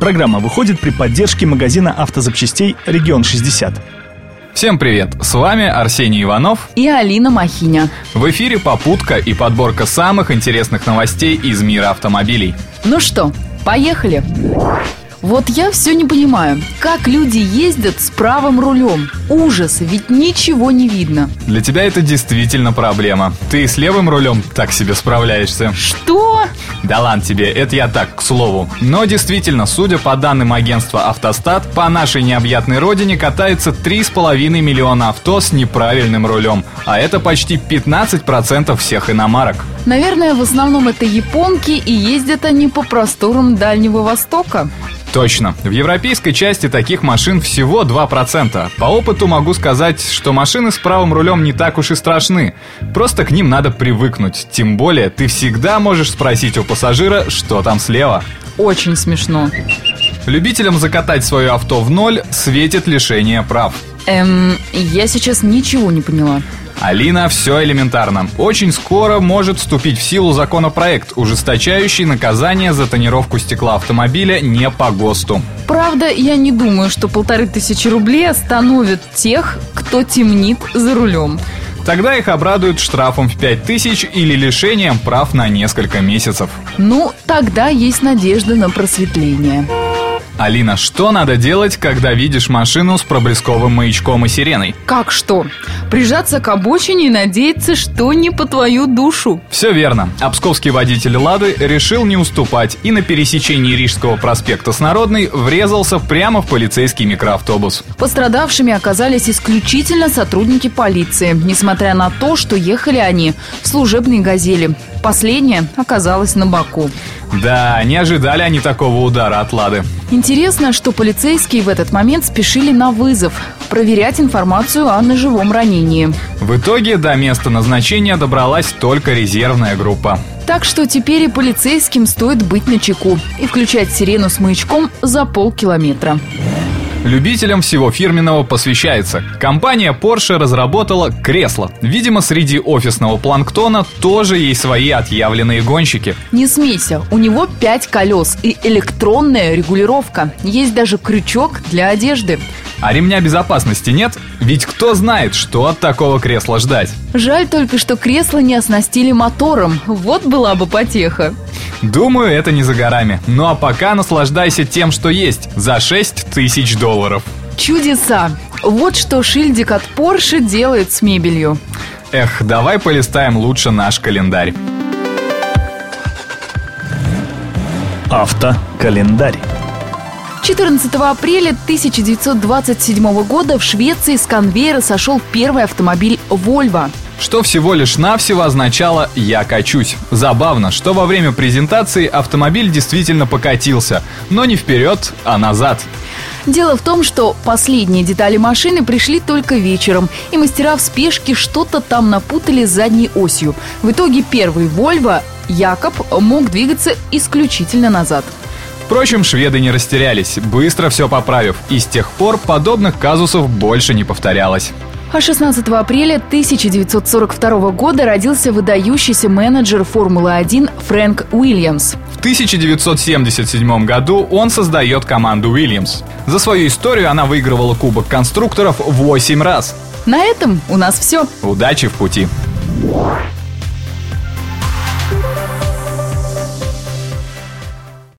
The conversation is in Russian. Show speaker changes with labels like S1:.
S1: Программа выходит при поддержке магазина автозапчастей «Регион 60».
S2: Всем привет! С вами Арсений Иванов
S3: и Алина Махиня.
S2: В эфире попутка и подборка самых интересных новостей из мира автомобилей.
S3: Ну что, поехали! Вот я все не понимаю, как люди ездят с правым рулем. Ужас, ведь ничего не видно.
S2: Для тебя это действительно проблема. Ты с левым рулем так себе справляешься.
S3: Что?
S2: Да ладно тебе, это я так, к слову. Но действительно, судя по данным агентства «Автостат», по нашей необъятной родине катается 3,5 миллиона авто с неправильным рулем. А это почти 15% всех иномарок.
S3: Наверное, в основном это японки, и ездят они по просторам Дальнего Востока.
S2: Точно. В европейской части таких машин всего 2%. По опыту могу сказать, что машины с правым рулем не так уж и страшны. Просто к ним надо привыкнуть. Тем более, ты всегда можешь спросить у пассажира, что там слева.
S3: Очень смешно.
S2: Любителям закатать свое авто в ноль светит лишение прав.
S3: Эм, я сейчас ничего не поняла.
S2: Алина, все элементарно. Очень скоро может вступить в силу законопроект, ужесточающий наказание за тонировку стекла автомобиля не по ГОСТу.
S3: Правда, я не думаю, что полторы тысячи рублей остановят тех, кто темнит за рулем.
S2: Тогда их обрадуют штрафом в 5000 или лишением прав на несколько месяцев.
S3: Ну, тогда есть надежда на просветление.
S2: Алина, что надо делать, когда видишь машину с проблесковым маячком и сиреной?
S3: Как что? Прижаться к обочине и надеяться, что не по твою душу.
S2: Все верно. А псковский водитель «Лады» решил не уступать и на пересечении Рижского проспекта с Народной врезался прямо в полицейский микроавтобус.
S3: Пострадавшими оказались исключительно сотрудники полиции, несмотря на то, что ехали они в служебной «Газели». Последняя оказалась на боку.
S2: Да, не ожидали они такого удара от «Лады».
S3: Интересно, что полицейские в этот момент спешили на вызов проверять информацию о ножевом ранении.
S2: В итоге до места назначения добралась только резервная группа.
S3: Так что теперь и полицейским стоит быть начеку и включать сирену с маячком за полкилометра.
S2: Любителям всего фирменного посвящается. Компания Porsche разработала кресло. Видимо, среди офисного планктона тоже есть свои отъявленные гонщики.
S3: Не смейся, у него 5 колес и электронная регулировка. Есть даже крючок для одежды.
S2: А ремня безопасности нет? Ведь кто знает, что от такого кресла ждать?
S3: Жаль только, что кресло не оснастили мотором. Вот была бы потеха.
S2: Думаю, это не за горами. Ну а пока наслаждайся тем, что есть. За 6 тысяч долларов.
S3: Чудеса! Вот что шильдик от Porsche делает с мебелью.
S2: Эх, давай полистаем лучше наш календарь.
S1: Автокалендарь.
S3: 14 апреля 1927 года в Швеции с конвейера сошел первый автомобиль Volvo
S2: что всего лишь навсего означало «я качусь». Забавно, что во время презентации автомобиль действительно покатился, но не вперед, а назад.
S3: Дело в том, что последние детали машины пришли только вечером, и мастера в спешке что-то там напутали с задней осью. В итоге первый Volvo Якоб мог двигаться исключительно назад.
S2: Впрочем, шведы не растерялись, быстро все поправив, и с тех пор подобных казусов больше не повторялось.
S3: А 16 апреля 1942 года родился выдающийся менеджер Формулы-1 Фрэнк Уильямс.
S2: В 1977 году он создает команду Уильямс. За свою историю она выигрывала Кубок конструкторов 8 раз.
S3: На этом у нас все.
S2: Удачи в пути!